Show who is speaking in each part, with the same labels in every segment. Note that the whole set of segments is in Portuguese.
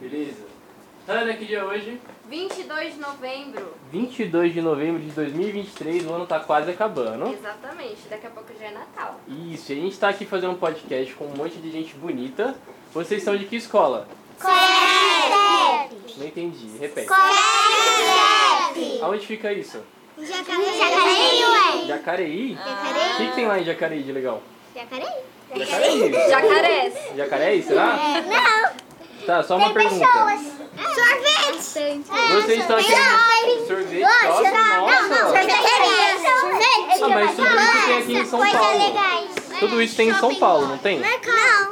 Speaker 1: Beleza. Tânia, que dia é hoje?
Speaker 2: 22 de novembro.
Speaker 1: 22 de novembro de 2023, o ano tá quase acabando.
Speaker 2: Exatamente, daqui a pouco já é Natal.
Speaker 1: Isso, e a gente tá aqui fazendo um podcast com um monte de gente bonita. Vocês são de que escola? Não entendi, repete. Aonde fica isso?
Speaker 3: Jacareí, ué.
Speaker 1: Jacareí? O que,
Speaker 3: Jacareí?
Speaker 1: que tem lá em Jacareí de legal?
Speaker 3: Jacareí?
Speaker 1: Jacareí?
Speaker 2: Jacarés.
Speaker 1: Jacareí, será?
Speaker 3: Não.
Speaker 1: Tá, só uma pergunta.
Speaker 3: Sorvete.
Speaker 1: Vocês estão aqui. Sorvete, nossa,
Speaker 3: Não, não.
Speaker 1: nossa.
Speaker 3: Sorvete.
Speaker 1: Ah, mas tudo isso tem aqui em São Paulo. Tulo isso tem em São Paulo, não tem?
Speaker 3: Não. é?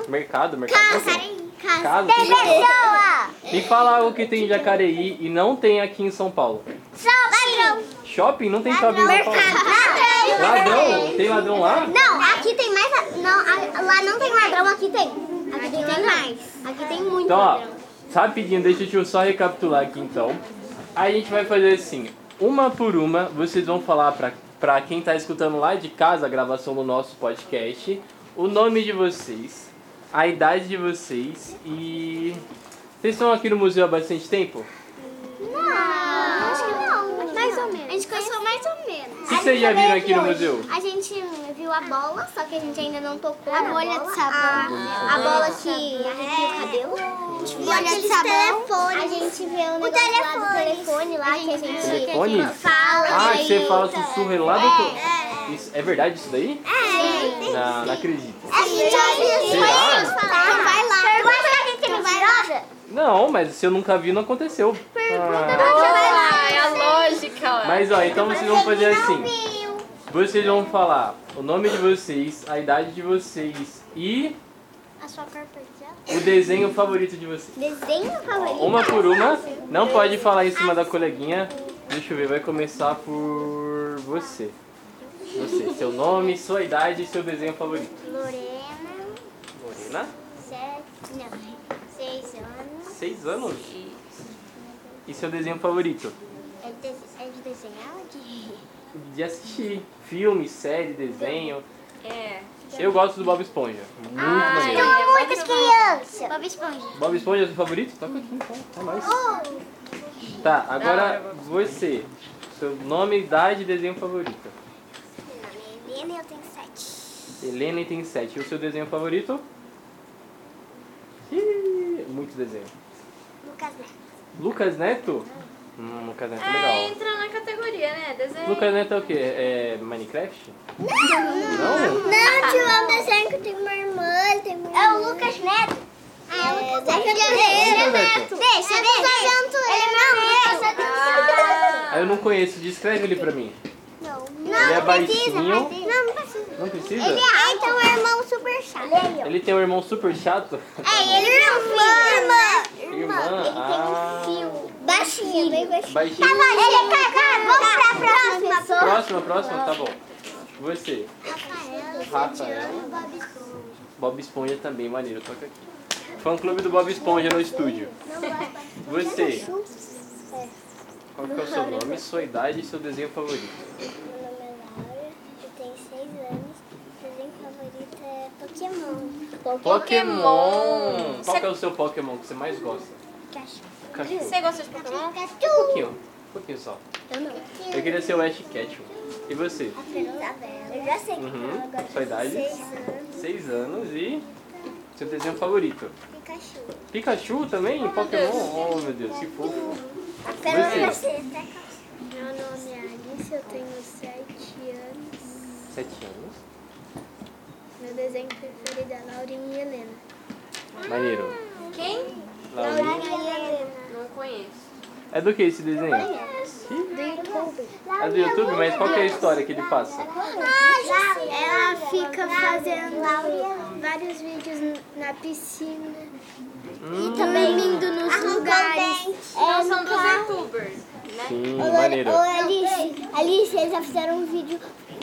Speaker 1: Mercado, mercado. não tem? Casa.
Speaker 3: Tem pessoa.
Speaker 1: Me fala algo que tem em Jacareí e não tem aqui em São Paulo.
Speaker 3: Shopping.
Speaker 1: Shopping? Não tem shopping em São Paulo. Ladrão? Tem ladrão lá?
Speaker 3: Não, aqui tem mais. Não, a- lá não tem ladrão, aqui tem. Aqui, tem mais. Aqui tem muito
Speaker 1: Então, ó,
Speaker 3: ladrão.
Speaker 1: rapidinho, deixa eu só recapitular aqui então. Aí a gente vai fazer assim, uma por uma, vocês vão falar pra, pra quem tá escutando lá de casa a gravação do nosso podcast, o nome de vocês, a idade de vocês e... Vocês estão aqui no museu há bastante tempo?
Speaker 3: Não, acho que não. Mais ou menos. A gente conheceu mais ou menos.
Speaker 1: O que vocês já viram tá aqui no museu?
Speaker 3: A gente viu a bola, só que a gente ainda não tocou. A bolha de sabão. A, bola que arrepia o cabelo. A gente viu aqueles telefones. A gente um viu o, telefone. lá que a gente,
Speaker 1: Telefone?
Speaker 3: fala.
Speaker 1: Ah, que você
Speaker 3: direito.
Speaker 1: fala sussurro e lá do outro- Isso, é verdade isso daí?
Speaker 3: É.
Speaker 1: Não, não acredito.
Speaker 3: A gente já viu
Speaker 1: Será?
Speaker 3: Então vai lá. Pergunta pra gente é mentirosa.
Speaker 1: Não, mas se eu nunca vi, não aconteceu. Ah.
Speaker 2: Ah, é a lógica. ó.
Speaker 1: Mas ó, então vocês vão fazer assim.
Speaker 3: Viu.
Speaker 1: Vocês vão falar o nome de vocês, a idade de vocês e
Speaker 3: A sua cor prediada.
Speaker 1: o desenho favorito de vocês.
Speaker 3: Desenho favorito.
Speaker 1: Uma por uma, não pode falar em cima da coleguinha. Deixa eu ver, vai começar por você. Você, seu nome, sua idade e seu desenho favorito.
Speaker 3: Lorena,
Speaker 1: Morena,
Speaker 3: sete, não, seis anos.
Speaker 1: 6 anos. E seu desenho favorito?
Speaker 3: É de, é de desenhar ou de rir?
Speaker 1: De assistir filme, série, desenho.
Speaker 2: É.
Speaker 1: Eu gosto do Bob Esponja. Muito
Speaker 2: Ai,
Speaker 1: maneiro.
Speaker 2: é
Speaker 3: Muitas
Speaker 2: muito bom.
Speaker 3: crianças. Bob Esponja.
Speaker 1: Bob Esponja é seu favorito? Toca aqui então, tá mais. Tá, agora você. Seu nome, idade e desenho favorito.
Speaker 3: Meu nome é Helena e eu tenho sete.
Speaker 1: Helena tem 7. E o seu desenho favorito? Ih, muito desenho.
Speaker 3: Lucas Neto.
Speaker 1: Lucas Neto? Hum, Lucas Neto é
Speaker 2: É,
Speaker 1: legal.
Speaker 2: entra na categoria, né? Desenho.
Speaker 1: Lucas Neto é o quê? É Minecraft? Não! Não?
Speaker 3: Não, tio, é um desenho que tem uma irmã, tem uma É o Lucas Neto. Ah, é o Lucas Neto.
Speaker 1: Lucas
Speaker 3: Deixa,
Speaker 1: Neto.
Speaker 3: deixa. Ele é meu
Speaker 2: Ah,
Speaker 1: Ah, eu não conheço. Descreve ele pra mim.
Speaker 3: Não,
Speaker 1: Ele é
Speaker 3: não precisa.
Speaker 1: baixinho.
Speaker 3: mas ele- Não, não precisa.
Speaker 1: Não precisa?
Speaker 3: Ele é então é um irmão super chato.
Speaker 1: Ele tem um irmão super chato?
Speaker 3: É, ele é irmã.
Speaker 1: Irmã? Ah.
Speaker 3: Baixinho. Bem baixinho.
Speaker 1: Baixinho.
Speaker 3: Ele é cagado. Vamos pra próxima pessoa.
Speaker 1: Próxima, próxima? Tá bom. Você. Rafael. Bob Esponja também, maneiro. Toca aqui. Fã clube do Bob Esponja no estúdio. Você. Qual que é o seu nome, sua idade e seu desenho favorito?
Speaker 3: Meu nome é Laura, eu tenho 6 anos. Meu desenho favorito é Pokémon.
Speaker 2: Pokémon.
Speaker 1: Qual que é o seu Pokémon que você mais gosta? Cachorro.
Speaker 2: Você gosta de Pokémon?
Speaker 1: Um
Speaker 3: Pikachu.
Speaker 1: pouquinho, um pouquinho só.
Speaker 3: Eu não.
Speaker 1: Eu queria ser o Ash Ketchum. E você?
Speaker 3: Isabela. Eu já sei que
Speaker 1: Uhum.
Speaker 3: ela agora.
Speaker 1: Sua idade?
Speaker 3: 6 anos.
Speaker 1: Seis anos e seu desenho favorito?
Speaker 3: Pikachu.
Speaker 1: Pikachu também? Pokémon? Oh meu Deus, que fofo.
Speaker 3: A
Speaker 1: Você?
Speaker 3: Meu nome é Alice, eu tenho 7 anos.
Speaker 1: Sete anos.
Speaker 3: Meu desenho preferido é Laurinha e Helena.
Speaker 1: Maneiro.
Speaker 2: Quem?
Speaker 1: Laurinha.
Speaker 3: e Helena.
Speaker 2: Não conheço.
Speaker 1: É do que esse desenho?
Speaker 3: Do YouTube.
Speaker 1: É do YouTube, mas qual que é a história que ele passa?
Speaker 3: Ela fica fazendo vários vídeos na piscina e também indo nos lugares.
Speaker 2: Não são dos
Speaker 3: tá.
Speaker 2: youtubers, né?
Speaker 1: Sim,
Speaker 3: Ô,
Speaker 1: maneiro.
Speaker 3: Alice, Alice, eles já fizeram um vídeo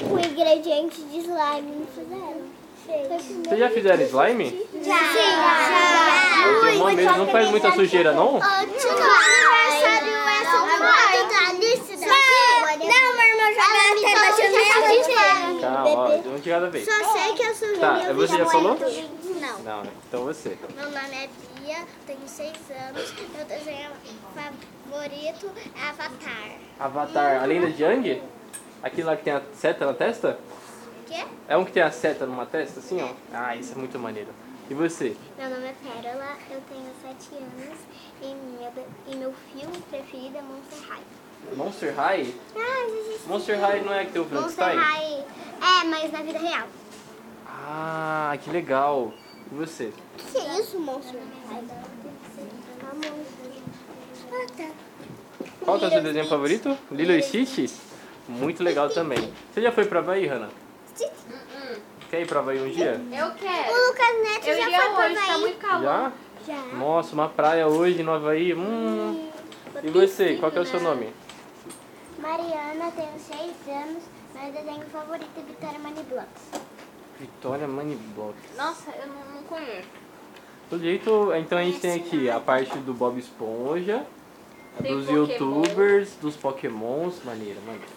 Speaker 3: com ingredientes de slime, não fizeram?
Speaker 1: Vocês já fizeram slime?
Speaker 3: Já! Já!
Speaker 1: Porque o mesmo não faz muita sujeira, não?
Speaker 3: O aniversário é São Eduardo.
Speaker 1: Pode, um de cada vez.
Speaker 3: Só sei que eu sou
Speaker 1: Tá,
Speaker 3: Julia
Speaker 1: você já
Speaker 3: Vitor.
Speaker 1: falou?
Speaker 3: Não.
Speaker 1: Não, né? Então você.
Speaker 3: Meu nome é Bia, tenho seis anos. Meu desenho favorito é Avatar.
Speaker 1: Avatar, a lenda de Yang? Aquele lá que tem a seta na testa?
Speaker 3: O quê?
Speaker 1: É um que tem a seta numa testa, assim, ó? Ah, isso é muito maneiro. E você?
Speaker 3: Meu nome é Pérola, eu tenho sete anos e meu, de- e meu filme preferido é Monster High.
Speaker 1: Monster High?
Speaker 3: Ah, existe.
Speaker 1: Monster High não é que tem o Frankenstein?
Speaker 3: Monster High é, mas na vida real.
Speaker 1: Ah, que legal. E você?
Speaker 3: O que é isso, Monster High? Ah, tá.
Speaker 1: Qual que é o seu desenho favorito? Lilo e Stitch? Muito legal também. Você já foi pra Bahia, Hannah? Quer ir pra Bahia um dia?
Speaker 2: Eu quero.
Speaker 3: O Lucas Neto
Speaker 2: Eu
Speaker 3: já
Speaker 2: iria
Speaker 3: foi
Speaker 2: hoje,
Speaker 3: pra
Speaker 2: tá muito calor.
Speaker 1: Já?
Speaker 3: Já.
Speaker 1: Nossa, uma praia hoje em Nova Havaí. Hum. E você, qual que é o seu
Speaker 2: né?
Speaker 1: nome?
Speaker 3: Mariana, tenho 6 anos. Meu desenho favorito é Vitória Money Blocks.
Speaker 1: Vitória Maniblock.
Speaker 2: Nossa, eu não, não conheço.
Speaker 1: Do jeito, então a gente tem aqui a parte do Bob Esponja,
Speaker 2: Tem
Speaker 1: dos
Speaker 2: Pokémon.
Speaker 1: youtubers, dos pokémons, maneiro, maneiro.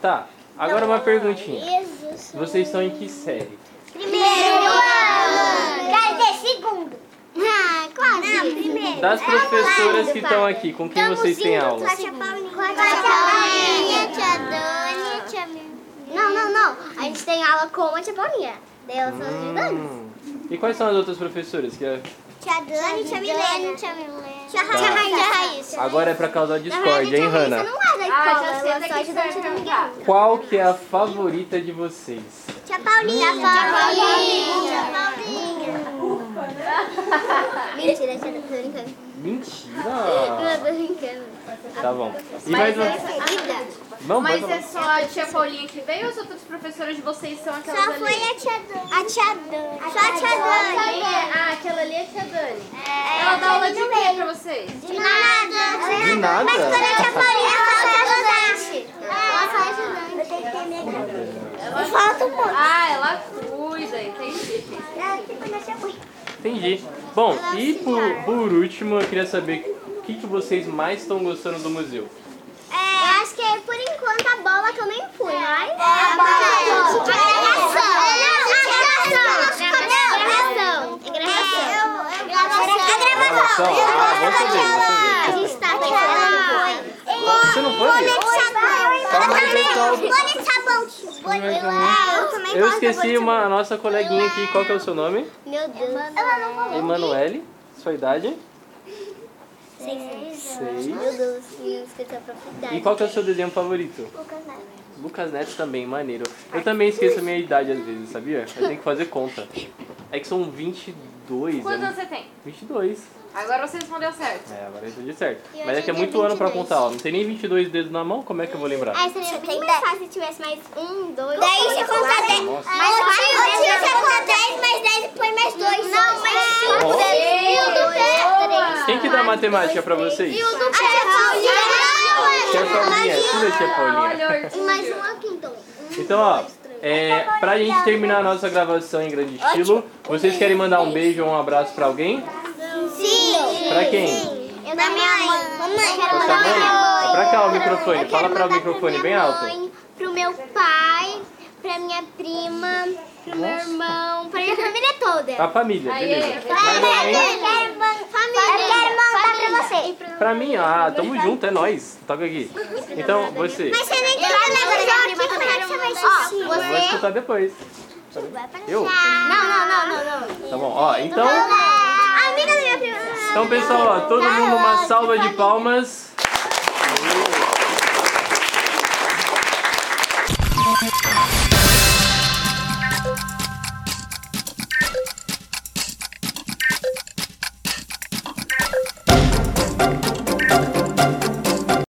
Speaker 1: Tá, agora uma perguntinha.
Speaker 3: Jesus.
Speaker 1: Vocês estão em que série?
Speaker 3: Primeiro ano! Quero ter segundo. Ah, quase. Não, primeiro.
Speaker 1: Das professoras que estão aqui, com quem vocês têm aula?
Speaker 3: Tia Paulinha. Tia Paulinha, Ah. Tia Dani, Tia Não, não, não. A gente tem aula com a Tia Paulinha. Deus nos ajudando.
Speaker 1: Hum. E quais são as outras professoras? Que é-
Speaker 3: Tia Dani, Tia Milena. Tia Milena. Tia
Speaker 1: Tá.
Speaker 3: Raíssa. Tia Raíssa.
Speaker 1: Agora é pra causar discórdia, hein,
Speaker 3: Você
Speaker 1: Hannah?
Speaker 3: não é da
Speaker 2: Ah,
Speaker 3: escola,
Speaker 2: já sei
Speaker 3: ela
Speaker 2: até
Speaker 3: só
Speaker 2: que
Speaker 3: ajuda a
Speaker 2: serve um
Speaker 3: Tia
Speaker 2: não
Speaker 3: Miguel.
Speaker 2: dá.
Speaker 1: Qual que é a favorita de vocês?
Speaker 3: Tia Paulinha. Tia Paulinha. Mentira, tia, tô brincando.
Speaker 1: Mentira!
Speaker 3: Tô brincando.
Speaker 1: Tá bom. E mais
Speaker 2: Mas,
Speaker 1: um...
Speaker 2: essa- é
Speaker 1: Não, mais
Speaker 2: mas
Speaker 1: um.
Speaker 2: é só a tia Paulinha que veio ou as outras professoras de vocês são aquelas ali?
Speaker 3: a tia Dani. A tia Dani. Só a tia
Speaker 2: Quem é? Ah, aquela ali é a tia Dani. Ela dá aula de quê pra vocês?
Speaker 3: De nada.
Speaker 1: De nada?
Speaker 3: tia Paulinha ela só ajudante. Ela só ajudante. Eu tenho que ter minha
Speaker 2: Ela...
Speaker 3: Falta um pouco.
Speaker 2: Ah, ela cuida, entendi. gente.
Speaker 3: É, tipo,
Speaker 1: Entendi. Bom, e por, por último, eu queria saber o que, que vocês mais estão gostando do museu.
Speaker 3: É, acho que por enquanto a bola que eu nem fui, mas... É, a bola. É Não, a gravação. Não, a gravação. A gravação. A gravação. A gravação.
Speaker 1: Gravação. Ah, vou saber, vou saber.
Speaker 3: A gente tá pensando
Speaker 1: Você não foi?
Speaker 3: é
Speaker 1: Calma aí, pessoal.
Speaker 3: Bolha de sabão, tio. Bolha de sabão. Eu também
Speaker 1: Eu esqueci uma, a nossa coleguinha aqui. Qual que é o seu nome?
Speaker 3: Meu Deus. Ela não falou.
Speaker 1: Emanuele. Sua idade? Seis.
Speaker 3: Meu Deus, eu esqueci a propriedade.
Speaker 1: E qual que é o seu desenho favorito? Lucas Neto também, maneiro. Eu também esqueço a minha idade às vezes, sabia? Eu tenho que fazer conta. É que são 22.
Speaker 2: Quantos anos
Speaker 1: É,
Speaker 2: você tem?
Speaker 1: 22.
Speaker 2: Agora você respondeu certo.
Speaker 1: É, agora eu entendi certo.
Speaker 3: E
Speaker 1: Mas
Speaker 3: hoje
Speaker 1: é que é
Speaker 3: eu tenho
Speaker 1: muito ano pra
Speaker 3: 22.
Speaker 1: contar, ó. Não tem nem 22 dedos na mão, como é que eu vou lembrar?
Speaker 3: Ah, seria bem mais fácil se tivesse mais um, dois... Daí você conta dez.
Speaker 1: Nossa.
Speaker 3: Mas tio, você conta dez, mais dez e põe mais dois. Não, mas cinco,
Speaker 1: Ó.
Speaker 3: dez. E o do Pé? Três.
Speaker 1: Quem que dá matemática pra vocês?
Speaker 3: E o do Pé? A
Speaker 1: Tia Paulinha, tudo é tia Paulinha.
Speaker 2: Olha, Ortiz.
Speaker 3: Mais um aqui, então. Um,
Speaker 1: Então, ó,
Speaker 3: dois, três.
Speaker 1: é, pra
Speaker 3: né?
Speaker 1: gente terminar a nossa gravação em grande estilo, vocês querem mandar um beijo ou um abraço pra alguém?
Speaker 3: é Sim.
Speaker 1: Pra quem?
Speaker 3: Eu da minha mãe. Mamãe, eu quero
Speaker 1: Pra sua
Speaker 3: mandar pra
Speaker 1: mãe?
Speaker 3: minha
Speaker 1: Pra
Speaker 3: mãe.
Speaker 1: cá o microfone, fala
Speaker 3: Eu quero
Speaker 1: pra o
Speaker 3: mandar
Speaker 1: microfone
Speaker 3: pra
Speaker 1: bem
Speaker 3: minha
Speaker 1: alto.
Speaker 3: mãe, Pro meu pai, pra minha prima, pro meu irmão, pra minha família toda.
Speaker 1: A família,
Speaker 2: Aê,
Speaker 1: beleza.
Speaker 2: aê.
Speaker 1: Mais alguém?
Speaker 3: Eu quero man- família. Eu quero mandar pra você.
Speaker 1: Pra mim, ah, tamo junto, é nóis. Toca aqui. Então, você.
Speaker 3: Mas você nem tá tem televisão aqui, como é que você vai assistir?
Speaker 1: Eu vou
Speaker 3: Você...
Speaker 1: escutar depois. Eu?
Speaker 3: Não, não, não, não, não.
Speaker 1: Tá bom, ó, então...
Speaker 3: Amiga da minha prima.
Speaker 1: Então, pessoal, ó, todo mundo uma salva de palmas.